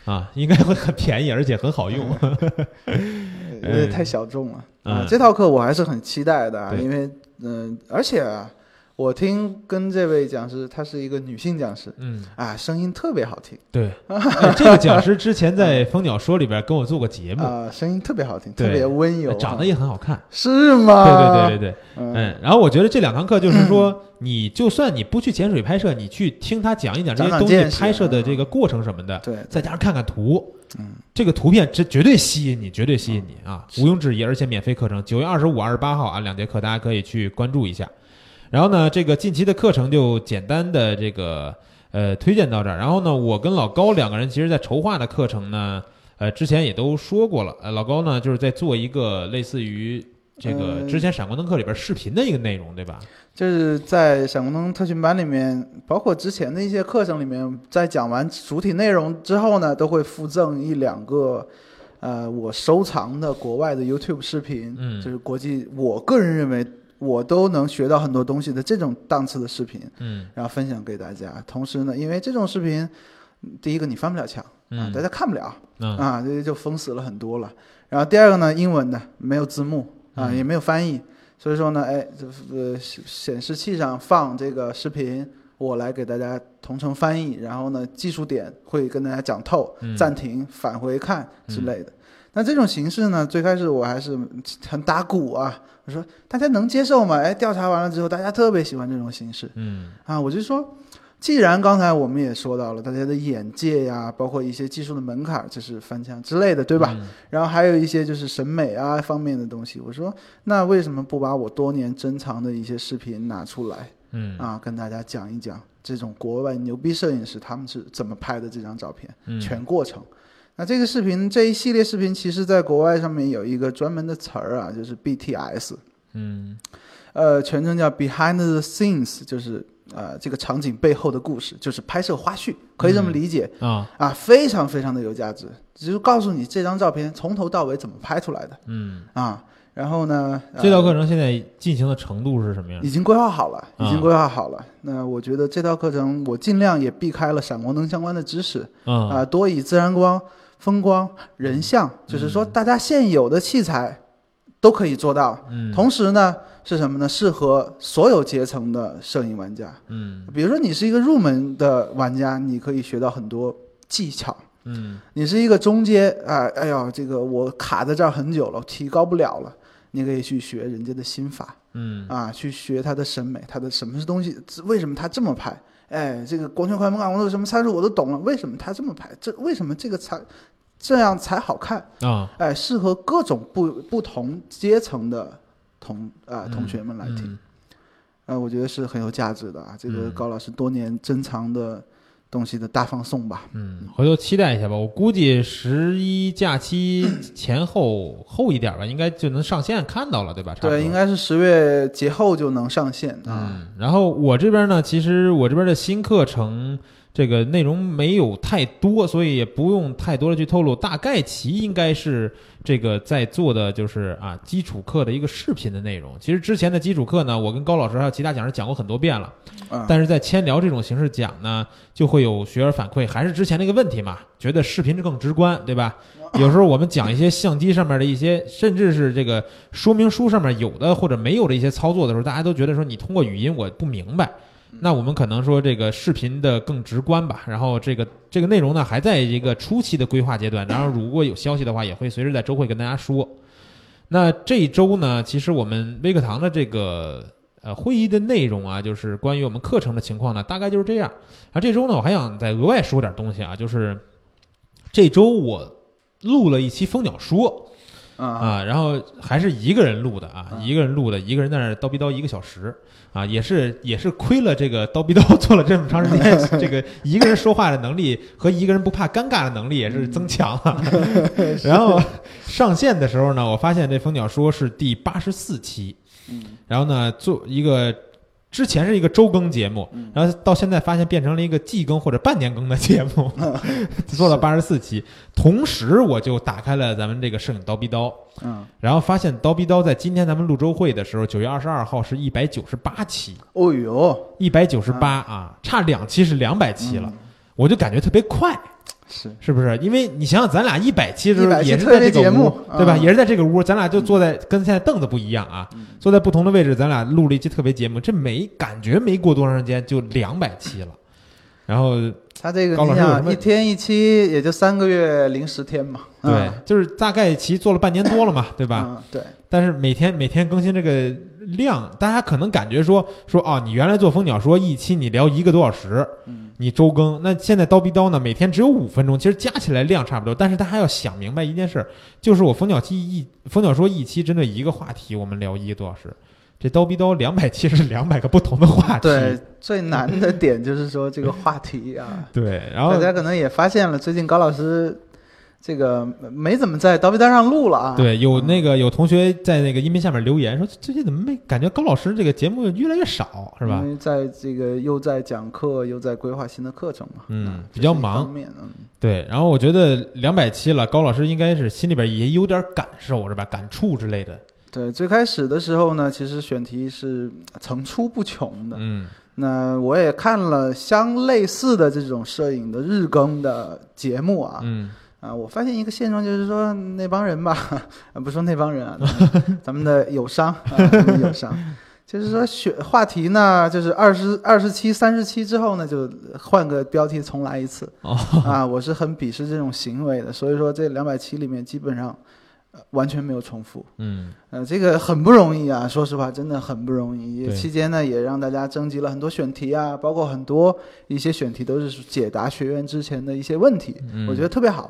A: 啊，应该会很便宜，而且很好用。
B: 嗯有点太小众了啊
A: 嗯！
B: 这套课我还是很期待的啊，
A: 对
B: 因为嗯，而且啊我听跟这位讲师，她是一个女性讲师
A: 嗯，
B: 啊，声音特别好听
A: 对、哎这个讲师之前在《蜂鸟说》里边跟我做过节目，
B: 嗯啊，声音特别好听，
A: 对
B: 特别温柔
A: 呃
B: 啊，
A: 长得也很好看。
B: 是
A: 对对
B: 吗？
A: 对对对，
B: 对
A: 嗯，然后我觉得这两堂课就是说，
B: 嗯
A: 你就算你不去潜水拍摄，你去听他讲一讲这些
B: 长长
A: 东西
B: 见识
A: 拍摄的这
B: 嗯
A: 个过程什么的，
B: 对，
A: 再加上看看图，
B: 嗯，
A: 这个图片这绝对吸引你，绝对吸引你啊，
B: 是
A: 毋庸置疑。而且免费课程，九月二十五、二十八号啊，两节课大家可以去关注一下。然后呢，这个近期的课程就简单的这个呃推荐到这儿。然后呢，我跟老高两个人其实在筹划的课程呢，呃，之前也都说过了。呃，老高呢就是在做一个类似于。这个
B: 呃
A: 之前闪光灯课里边视频的一个内容，对吧？
B: 就是在闪光灯特训班里面，包括之前的一些课程里面，在讲完主体内容之后呢，都会附赠一两个，呃，我收藏的国外的 YouTube 视频，
A: 嗯
B: 就是国际，我个人认为我都能学到很多东西的这种档次的视频，
A: 嗯
B: 然后分享给大家。同时呢，因为这种视频，第一个你翻不了墙，啊
A: 嗯，
B: 大家看不了，
A: 嗯
B: 啊，这就封死了很多了。然后第二个呢，英文的没有字幕啊，
A: 嗯
B: 也没有翻译，所以说呢，哎，这呃显显示器上放这个视频，我来给大家同程翻译，然后呢，技术点会跟大家讲透，
A: 嗯
B: 暂停、返回看之
A: 嗯
B: 类的。那这种形式呢，最开始我还是很打鼓啊，我说大家能接受吗？哎，调查完了之后，大家特别喜欢这种形式。
A: 嗯
B: 啊，我就说，既然刚才我们也说到了大家的眼界呀，包括一些技术的门槛，就是翻墙之类的，对
A: 嗯
B: 吧？？然后还有一些就是审美啊方面的东西。我说，那为什么不把我多年珍藏的一些视频拿出来
A: 嗯嗯
B: 啊，跟大家讲一讲这种国外牛逼摄影师他们是怎么拍的这张照片？
A: 嗯，
B: 全过程。那这个视频这一系列视频，其实在国外上面有一个专门的词儿啊，就是 BTS，
A: 嗯
B: 呃，全称叫 Behind the Scenes，就是呃这个场景背后的故事，就是拍摄花絮，可以这么
A: 嗯
B: 理解、
A: 啊
B: 啊，非常非常的有价值，就是告诉你这张照片从头到尾怎么拍出来的
A: 嗯，
B: 啊。然后呢，呃
A: 这道课程现在进行的程度是什么样？
B: 已经规划好了，已
A: 啊
B: 经规划好了。那我觉得这套课程我尽量也避开了闪光灯相关的知识，
A: 嗯
B: 啊，多以自然光、风光、人像，就是说大家现有的器材都可以做到。
A: 嗯
B: 同时呢，是什么呢？适合所有阶层的摄影玩家。
A: 嗯
B: 比如说，你是一个入门的玩家，你可以学到很多技巧；
A: 嗯
B: 你是一个中阶，啊、哎呦，这个我卡在这儿很久了，提高不了了。你可以去学人家的心法
A: 嗯
B: 啊，去学他的审美，他的什么东西，为什么他这么拍？哎，这个光圈、快门、感光度什么参数我都懂了，为什么他这么拍？这为什么这个才这样才好看？
A: 啊，
B: 哎，适合各种不不同阶层的同啊、同学们来听。
A: 嗯
B: 呃，我觉得是很有价值的啊。这个
A: 嗯
B: 高老师多年珍藏的东西的大放送吧。
A: 嗯，回头期待一下吧。我估计十一假期前后后一点吧，应该就能上线看到了，对吧？差不多
B: 对，应。该是十月节后就能上线啊。
A: 嗯，然后我这边呢，其实我这边的新课程这个内容没有太多，所以也不用太多的去透露。大概其应该是这个在做的就是啊基础课的一个视频的内容。其实之前的基础课呢，我跟高老师还有其他讲师讲过很多遍了。
B: 啊，
A: 但是在千聊这种形式讲呢，就会有学员反馈，还是之前那个问题嘛，觉得视频更直观，对吧？有时候我们讲一些相机上面的一些，甚至是这个说明书上面有的或者没有的一些操作的时候，大家都觉得说你通过语音我不明白。那我们可能说这个视频的更直观吧，然后这个这个内容呢还在一个初期的规划阶段，然后如果有消息的话，也会随时在周会跟大家说。那这一周呢，其实我们微课堂的这个呃会议的内容啊，就是关于我们课程的情况呢，大概就是这样。啊，这周呢，我还想再额外说点东西啊，就是这周我录了一期《蜂鸟说》，
B: 啊
A: 啊，然后还是一个人录的啊，
B: 嗯
A: 一个人录的，一个人在那儿叨逼叨一个小时啊，也是也是亏了这个叨逼叨 做了这么长时间，这个一个人说话的能力和一个人不怕尴尬的能力也是增强了。 然后上线的时候呢，我发现这蜂鸟说是第八十四期，
B: 嗯
A: 然后呢做一个之前是一个周更节目，
B: 嗯
A: 然后到现在发现变成了一个季更或者半年更的节目，做到八十四期。同时，我就打开了咱们这个摄影刀逼刀，
B: 嗯，
A: 然后发现刀逼刀在今天咱们录周会的时候，九月二十二号是一百九十八期，
B: 哦呦，
A: 一百九十八啊，差两期是两百期了，我就感觉特别快。
B: 是
A: 是不是？因为你想想，咱俩一百期的时候
B: 100期
A: 也是在这
B: 特别节
A: 个屋
B: 目，
A: 对吧？
B: 嗯
A: 也是在这个屋，咱俩就坐在跟现在凳子不一样啊，坐在不同的位置，咱俩录了一期特别节目。这没感觉没过多长时间就两百期了，然后
B: 他这个
A: 高老
B: 你
A: 师有什
B: 想
A: 么
B: 一天一期，也就三个月零十天嘛。
A: 对，
B: 嗯
A: 就是大概其做了半年多了嘛，对吧？
B: 嗯，对，
A: 但是每天每天更新这个量，大家可能感觉说说啊，你原来做蜂鸟说一期你聊一个多小时，
B: 嗯
A: 你周更，那现在刀逼刀呢，每天只有五分钟，其实加起来量差不多，但是大家要想明白一件事儿，就是我蜂鸟期一蜂鸟说一期针对一个话题，我们聊一个多小时，这刀逼刀两百期 是两百个不同的话题，
B: 对，最难的点就是说这个话题啊，
A: 对， 然后
B: 大家可能也发现了，最近高老师这个没怎么在刀逼单上录了啊。
A: 对，有
B: 嗯
A: 那个有同学在那个音频下面留言说，最近怎么没感觉高老师这个节目越来越少，是吧
B: 因？为在这个又在讲课，又在规划新的课程嘛，
A: 嗯比
B: 这
A: 较
B: 是一
A: 忙
B: 方面嗯，
A: 对，然后我觉得两百期了，高老师应该是心里边也有点感受是吧？感触之类的，
B: 对，最开始的时候呢，其实选题是层出不穷的。
A: 嗯
B: 那我也看了相类似的这种摄影的日更的节目啊，
A: 嗯
B: 啊，我发现一个现状就是说那帮人吧， 啊，不说那帮人啊，咱们咱们的友商啊，咱们的友商，就是说选话题呢，就是二十二十期、三十期之后呢，就换个标题重来一次。
A: 哦
B: 啊，我是很鄙视这种行为的，所以说这两百期里面基本上、呃完全没有重复。
A: 嗯
B: 呃，这个很不容易啊，说实话，真的很不容易。也
A: 对
B: 期间呢，也让大家征集了很多选题啊，包括很多一些选题都是解答学员之前的一些问题，
A: 嗯
B: 我觉得特别好。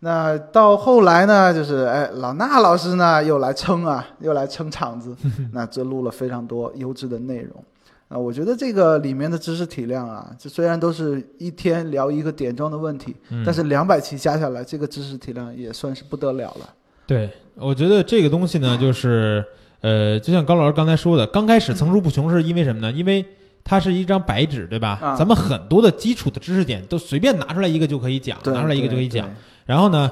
B: 那到后来呢，就是哎，老衲老师呢又来撑啊，又来撑 场子，那这录了非常多优质的内容。啊，我觉得这个里面的知识体量啊，这虽然都是一天聊一个点状的问题，
A: 嗯，
B: 但是两百期加下来，这个知识体量也算是不得了了。
A: 对，我觉得这个东西呢，
B: 嗯
A: 就是呃，就像高老师刚才说的，刚开始层出不穷是因为什么呢？因为它是一张白纸，对吧？
B: 啊
A: 咱们很多的基础的知识点都随便拿出来一个就可以讲，
B: 对
A: 拿出来一个就可以
B: 对
A: 讲。
B: 对
A: 然后呢，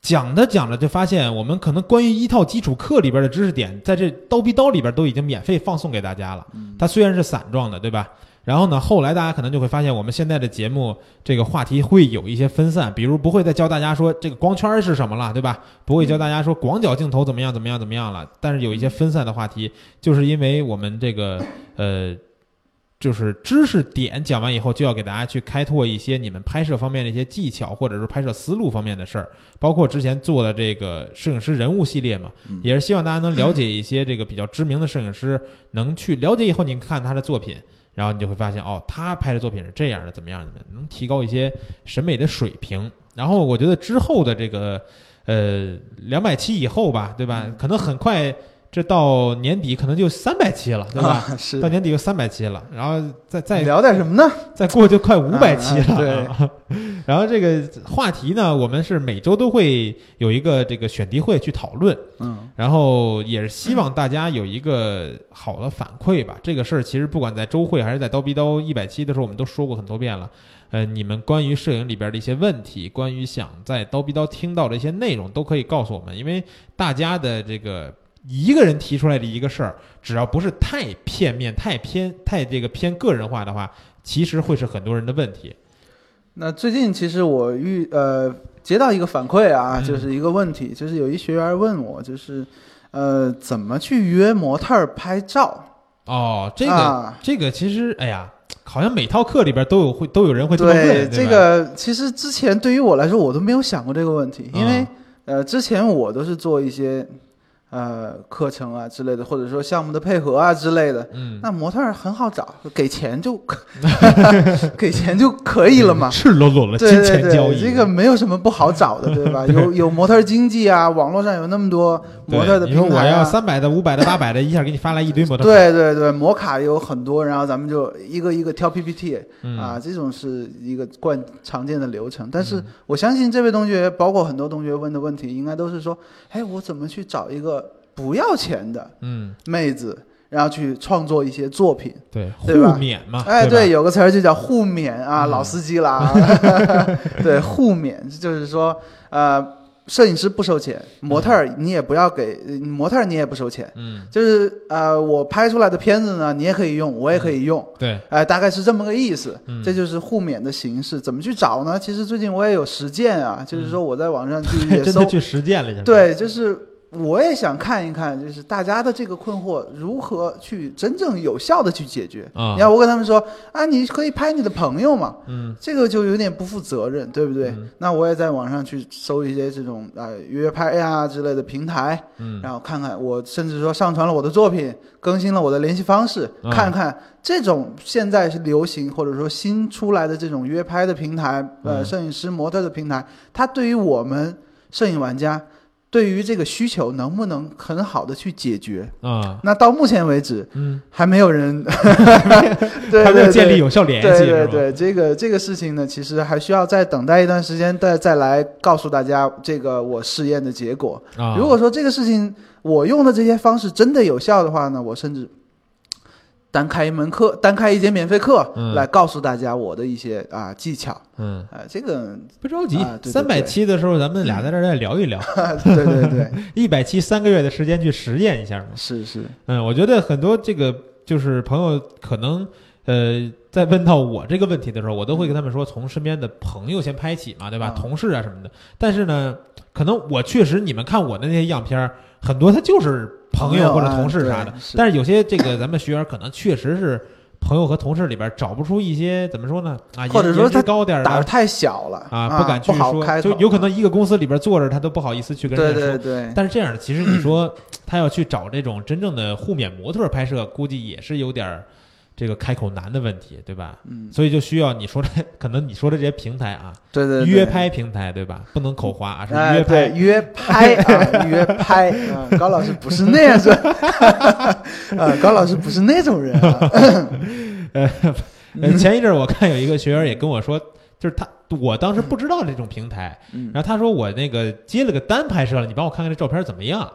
A: 讲着讲着就发现，我们可能关于一套基础课里边的知识点，在这刀逼刀里边都已经免费放送给大家了。
B: 嗯
A: 它虽然是散状的，对吧？然后呢，后来大家可能就会发现，我们现在的节目这个话题会有一些分散，比如不会再教大家说这个光圈是什么了，对吧？不会教大家说广角镜头怎么样怎么样怎么样了。但是有一些分散的话题，就是因为我们这个呃。就是知识点讲完以后，就要给大家去开拓一些你们拍摄方面的一些技巧，或者是拍摄思路方面的事儿，包括之前做的这个摄影师人物系列嘛，也是希望大家能了解一些这个比较知名的摄影师，能去了解以后，您看他的作品，然后你就会发现哦，他拍的作品是这样的，怎么样的，能提高一些审美的水平。然后我觉得之后的这个呃两百期以后吧，对吧
B: 嗯？
A: 可能很快这到年底可能就三百期了，对吧？
B: 啊、 是
A: 到年底有三百期了，然后再再
B: 聊点什么呢？
A: 再过就快五百期了、
B: 啊
A: 对， 然后这个话题呢，我们是每周都会有一个这个选题会去讨论，
B: 嗯，
A: 然后也是希望大家有一个好的反馈吧。这个事儿其实不管在周会还是在刀逼刀一百期的时候，我们都说过很多遍了。呃，你们关于摄影里边的一些问题，关于想在刀逼刀听到的一些内容，都可以告诉我们，因为大家的这个。一个人提出来的一个事儿，只要不是太片面、太偏、太这个偏个人化的话，其实会是很多人的问题。
B: 那最近其实我遇呃接到一个反馈啊，
A: 嗯
B: 就是一个问题，就是有一学员问我，就是呃怎么去约模特儿拍照？
A: 哦，这个、
B: 啊
A: 这个其实，哎呀，好像每套课里边都有会都有人会这么问，
B: 对
A: 对，
B: 这
A: 吧
B: 个其实之前
A: 啊
B: 对于我来说，我都没有想过这个问题，因为、
A: 嗯
B: 呃之前我都是做一些。呃课程啊之类的，或者说项目的配合啊之类的，
A: 嗯，
B: 那模特儿很好找，给钱就 给钱就可以了嘛。
A: 赤裸裸的金
B: 对对
A: 钱交
B: 对，
A: 易，
B: 这个没有什么不好找的，对 吧？有有模特儿经济啊，网络上有那么多
A: 对
B: 模特儿的
A: 你说
B: 平
A: 我
B: 台
A: 要
B: 啊。
A: 三百的、五百的、八百的，一下给你发来一堆模特，，
B: 对对对，摩卡有很多，然后咱们就一个一个挑 PPT
A: 嗯
B: 啊，这种是一个惯常见的流程。但
A: 嗯
B: 是我相信这位同学，包括很多同学问的问题，应该都是说，哎，我怎么去找一个不要钱的
A: 嗯，
B: 妹子，然后去创作一些作品？
A: 对，
B: 对吧
A: 互免嘛，
B: 哎，
A: 对吧，
B: 有个词儿就叫互免啊，
A: 嗯
B: 老司机 了啊。对，互免就是说，呃，摄影师不收钱，模特儿你也不要给，呃模特儿你也不收钱。
A: 嗯，
B: 就是呃，我拍出来的片子呢，你也可以用，我也可以用，
A: 对，
B: 哎、大概是这么个意思。
A: 嗯
B: 这就是互免的形式，怎么去找呢？其实最近我也有实践啊，就是说我在 网上去
A: 嗯
B: 也
A: 真
B: 搜
A: 的，去实践了一下，，
B: 对，就是我也想看一看，就是大家的这个困惑如何去真正有效的去解决。
A: 啊
B: 你看，我跟他们说啊，你可以拍你的朋友嘛，
A: 嗯，
B: 这个就有点不负责任，对不对？
A: 嗯
B: 那我也在网上去搜一些这种啊、呃约拍呀、之类的平台，
A: 嗯，
B: 然后看看我甚至说上传了我的作品，更新了我的联系方式，
A: 啊
B: 看看这种现在是流行或者说新出来的这种约拍的平台，呃，
A: 嗯
B: 摄影师模特的平台，它对于我们摄影玩家。对于这个需求能不能很好的去解决？
A: 啊，
B: 那到目前为止
A: 嗯，
B: 还没有 人，对
A: 他
B: 对
A: 在
B: 对，
A: 建立有效联系，
B: 对对
A: 是吧，
B: 对，这个这个事情呢，其实还需要再等待一段时间，再再来告诉大家这个我试验的结果。
A: 啊，
B: 如果说这个事情我用的这些方式真的有效的话呢，我甚至单开一门课，单开一节免费课、
A: 嗯
B: 来告诉大家我的一些啊技巧
A: 嗯，
B: 啊、这个
A: 不着急
B: 啊，对对
A: 三百
B: 对
A: 期的时候咱们俩在这儿再聊一聊，
B: 对对对，
A: 一百期三个月的时间去实验一下嘛。
B: 是是，
A: 嗯，我觉得很多这个就是朋友可能呃在问到我这个问题的时候，我都会跟他们说，从身边的朋友先拍起嘛，对吧？
B: 啊
A: 同事啊什么的。但是呢，可能我确实你们看我的那些样片儿，很多他就是朋友或者
B: 朋友啊
A: 同事啥的
B: 对，是
A: 但是有些这个咱们学员可能确实是。朋友和同事里边找不出一些怎么说呢啊，
B: 或者
A: 颜
B: 说
A: 颜值
B: 他
A: 高点儿的
B: 胆儿太小了
A: 啊，不敢去
B: 好
A: 说，
B: 开口
A: 就有可能一个公司里边坐着，他都不好意思去跟
B: 对
A: 人家说。
B: 对对。
A: 但是这样的，其实你说他要去找这种真正的互免模特拍摄，估计也是有点儿这个开口难的问题，对吧？
B: 嗯，
A: 所以就需要你说的，可能你说的这些平台啊，
B: 对对对
A: 约拍平台，对吧？不能口滑啊，是
B: 哎
A: 约
B: 对
A: 拍。
B: 约拍啊，约拍啊，高老师不是那样子， 啊，高老师不是那种人啊，
A: 呃，前一阵儿我看有一个学员也跟我说，就是他，我当时不知道这种平台，
B: 嗯
A: 然后他说我那个接了个单拍摄了，你帮我看看这照片怎么样？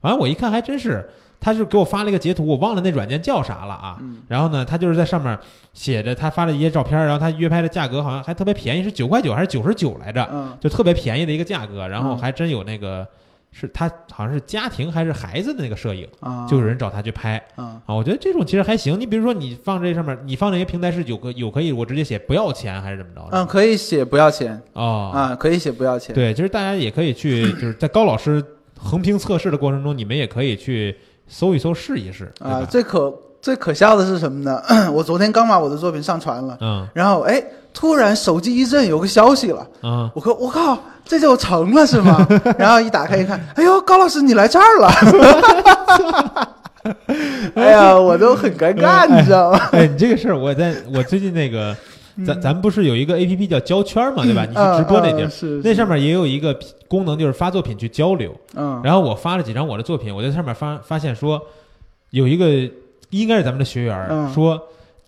A: 完了我一看还真是，他是给我发了一个截图，我忘了那软件叫啥了啊。
B: 嗯
A: 然后呢，他就是在上面写着他发了一些照片，然后他约拍的价格好像还特别便宜，是九块九还是九十九来着，
B: 嗯
A: 就特别便宜的一个价格。然后
B: 嗯
A: 还真有那个是他好像是家庭还是孩子的那个摄影，
B: 啊，
A: 就有人找他去拍
B: 啊，
A: 啊。我觉得这种其实还行。你比如说你放这上面，你放这些平台是有个有可以我直接写不要钱还是怎么着？
B: 嗯，，可以写不要钱
A: 哦，
B: 啊，可以写不要钱，
A: 对，其实大家也可以 去，就是在高老师横平测试的过程中，你们也可以去搜一搜、试一试，对
B: 啊，
A: 吧？
B: 最可最可笑的是什么呢？ 我昨天刚把我的作品上传了，
A: 嗯
B: 然后哎，突然手机一震，有个消息了。
A: 嗯，
B: 我靠！我靠，这就成了是 吗？然后一打开一看，哎呦，高老师你来这儿了！哎呀，我都很尴尬，你知道 吗？
A: 哎，你这个事儿，我在我最近那个，
B: 嗯
A: 咱咱不是有一个 A P P 叫胶圈儿嘛，对吧？你去直播那地
B: 嗯嗯
A: 儿，
B: 是
A: 那上
B: 面，
A: 面也有一个功能，就是发作品去交流。
B: 嗯
A: 然后我发了几张我的作品，我在上面发发现说，有一个应该是咱们的学员儿、
B: 嗯
A: 说。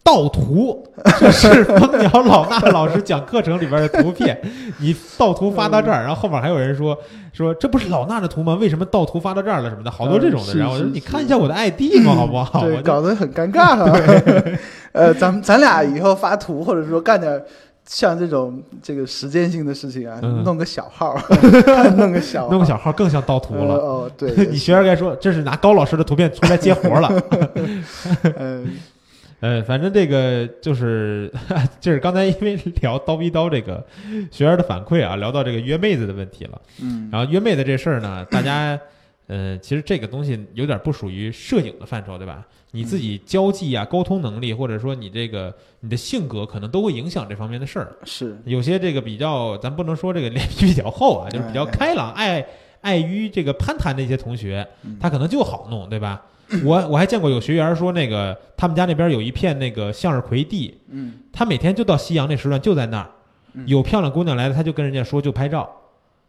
A: 盗图，这是蜂鸟老衲老师讲课程里边的图 片，你盗图发到这
B: 嗯
A: 儿，然后后面还有人说说这不是老衲的图吗？为什么盗图发到这儿了什么的，好多这种的。
B: 嗯是
A: 然后我说
B: 是
A: 你
B: 是
A: 看一下我的 ID 嘛，好不好？我
B: 对，
A: 就
B: 搞得很尴尬 哈。呃，咱们咱俩以后发图，或者说干点像这种这个实践性的事情啊，
A: 嗯
B: 弄个小号， 弄个小，
A: 弄个小号更像盗图
B: 呃
A: 了。，
B: 哦，对
A: 你学员该说这是拿高老师的图片出来接活了。
B: 嗯
A: 呃，反正这个就是， 就是刚才因为聊刀逼刀这个学员的反馈啊，聊到这个约妹子的问题了。
B: 嗯
A: 然后约妹子这事儿呢，大家，呃，其实这个东西有点不属于摄影的范畴，对吧？你自己交际啊、沟通能力，或者说你这个你的性格，可能都会影响这方面的事儿。
B: 是
A: 有些这个比较，咱不能说这个脸皮比较厚啊，就是比较开朗，爱碍于这个攀谈的一些同学
B: 嗯，
A: 他可能就好弄，对吧？我我还见过有学员说，那个他们家那边有一片那个向日葵地，
B: 嗯，
A: 他每天就到夕阳那时段就在那儿，
B: 嗯
A: 有漂亮姑娘来了，他就跟人家说就拍照。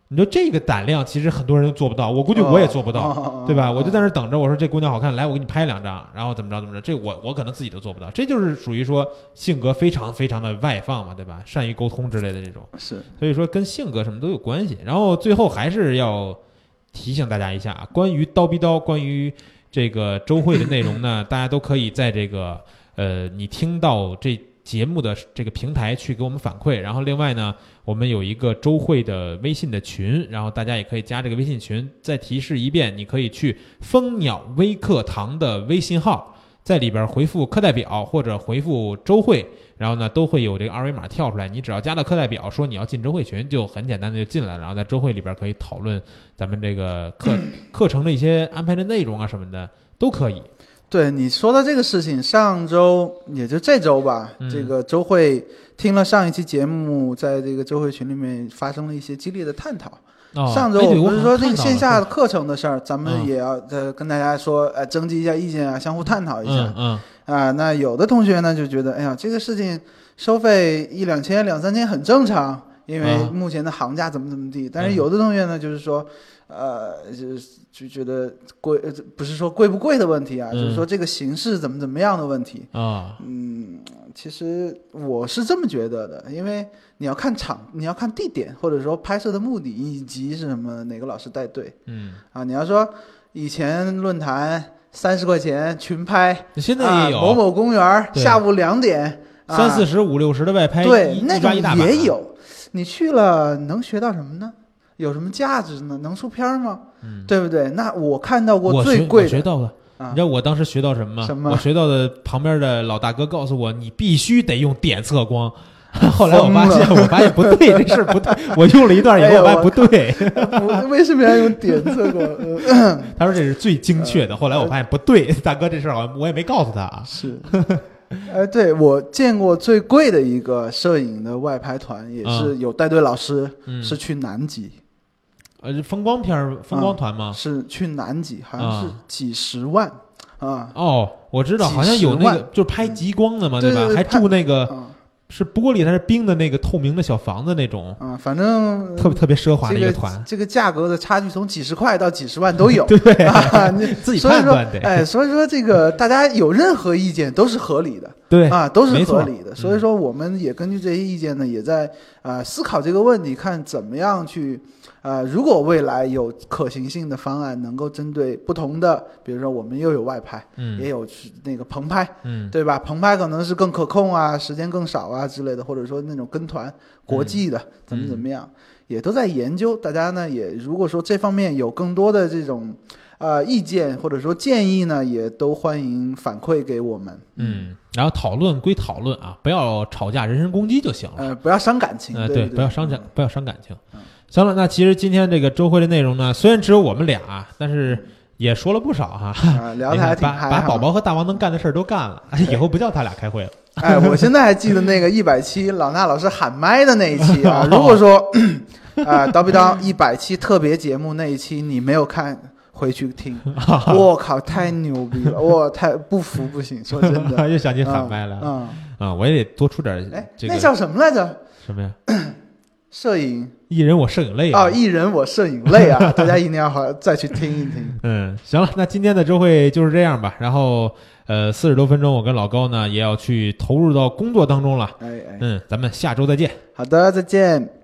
A: 你说这个胆量，其实很多人都做不到，我估
B: 哦
A: 计我也做不到。
B: 到
A: 对吧？我就在
B: 那
A: 那儿等着，我说这姑娘好看，来，我给你拍两张，然后怎么着怎么着，这我我可能自己都做不到，这就是属于说性格非常非常的外放嘛，对吧？善于沟通之类的这种，
B: 是
A: 所以说跟性格什么都有关系。然后最后还是要提醒大家一下啊，关于刀逼刀，关于这个周会的内容呢， 大家都可以在这个呃你听到这节目的这个平台去给我们反馈。然后另外呢，我们有一个周会的微信的群，然后大家也可以加这个微信群。再提示一遍，你可以去蜂鸟微课堂的微信号，在里边回复课代表或者回复周会，然后呢都会有这个二维码跳出来。你只要加到课代表，说你要进周会群，就很简单的就进来了。然后在周会里边可以讨论咱们这个课 课程的一些安排的内容啊什么的都可以。
B: 对你说到这个事情，上周也就这周吧，
A: 嗯
B: 这个周会听了上一期节目，在这个周会群里面发生了一些激烈的探讨。
A: 哦，
B: 上周
A: 哎对
B: 我
A: 我
B: 不是
A: 好像
B: 说这个
A: 看到
B: 线
A: 了
B: 下
A: 是
B: 课程的事儿，咱们
A: 嗯
B: 也要呃跟大家说，呃，征集一下意见啊，相互探讨一下
A: 嗯嗯
B: 啊。那有的同学呢就觉得，哎呀，这个事情收费一两千、两三千很正常，因为
A: 啊
B: 目前的行价怎么怎么地。但
A: 嗯
B: 是有的同学呢就是说，呃，就是就觉得贵，呃不是说贵不贵的问题啊，
A: 嗯
B: 就是说这个形式怎么怎么样的问题。
A: 啊
B: 嗯，其实我是这么觉得的，因为你要看场，你要看地点，或者说拍摄的目的以及是什么哪个老师带队
A: 嗯，
B: 啊。你要说以前论坛三十块钱群拍，
A: 现在也有、
B: 啊、某某公园儿
A: 对
B: 下午两点，啊、
A: 三四十五六十的外拍，
B: 对
A: 一
B: 那
A: 一抓一大
B: 种
A: 把
B: 也。有。你去了能学到什么呢？有什么价值呢？能出片儿吗？
A: 嗯
B: 对不对？那我看到过
A: 我
B: 最
A: 学
B: 贵
A: 我学
B: 的
A: 到了。
B: 啊
A: 你知道我当时学到什么吗？
B: 什么
A: 我学到的旁边的老大哥告诉我，你必须得用点测 光。后来我发现，我发现不对，这事儿不对。我用了一段以
B: 哎呦
A: 后，我发现
B: 我
A: 不对。
B: 啊我 为什么要用点 测光？呃
A: 他说这是最精确
B: 嗯
A: 的。后来我发现不对， 大哥这事儿好像我也没告诉他啊。
B: 是，哎，对我见过最贵的一个摄影的外拍团，也
A: 啊
B: 是有带队老师，
A: 嗯，
B: 是去南极，
A: 呃，是风光片儿风光团吗？
B: 是去南极，好像
A: 啊
B: 是几十万啊
A: 哦，我知道，
B: 几
A: 好像有
B: 十
A: 那
B: 万
A: 个就是拍极光的嘛，
B: 对
A: 吧
B: 对？对
A: 还
B: 拍
A: 住那个
B: 啊
A: 是玻璃还是冰的那个透明的小房子那种，
B: 啊！反正
A: 特别特别奢华的
B: 这
A: 一个
B: 个
A: 团。。
B: 这个价格的差距从几十块到几十万都有
A: 对，
B: 啊，你
A: 自己
B: 所以
A: 判
B: 说
A: 断得
B: 哎，所以说 这个大家有任何意见都是合理的，
A: 对
B: 啊，都是
A: 没错嗯
B: 合理的。所以说，我们也根据这些意见呢，也在啊、呃思考这个问题，看怎么样去啊、呃如果未来有可行性的方案，能够针对不同的，比如说我们又有外拍，
A: 嗯
B: 也有去那个棚拍，
A: 嗯
B: 对吧？棚拍可能是更可控啊，时间更少啊之类的，或者说那种跟
A: 嗯
B: 团国际的、怎么怎么样，也都在研究。大家呢也如果说这方面有更多的这种呃意见或者说建议呢，也都欢迎反馈给我们。
A: 嗯，然后讨论归讨论啊，不要吵架、人身攻击就行了。
B: 呃，不要伤感情，
A: 呃，
B: 对
A: 不要伤感，，不要伤感情
B: 嗯。
A: 行了，那其实今天这个周会的内容呢，虽然只有我们俩啊，但是也说了不少哈。
B: 嗯啊，聊
A: 你
B: 的
A: 看
B: 还挺
A: 把
B: 嗨哈。
A: 把宝宝和大王能干的事儿都干了， 哎以后不叫他俩开 会了。
B: 哎，我现在还记得那个一百期老衲老师喊麦的那一期啊。 如果说 啊、叨逼叨一百期特别节目那一期你没有看，回去听，
A: 啊
B: 我靠，太牛逼 了，我太不服不行，说真的。
A: 又想起哎喊麦来了
B: 嗯，
A: 啊！我也得多出点
B: 嗯哎，
A: 这
B: 那
A: 个
B: 叫什么来着？
A: 什么呀？
B: 摄影
A: 一人我摄影类
B: 哦，
A: 啊。
B: 艺人我摄影类 啊，大家一定要好再去听一听。
A: 嗯，行了，那今天的周会就是这样吧。然后，呃，四十多分钟，我跟老高呢也要去投入到工作当中了。
B: 哎哎，
A: 嗯，咱们下周再见。
B: 好的，再见。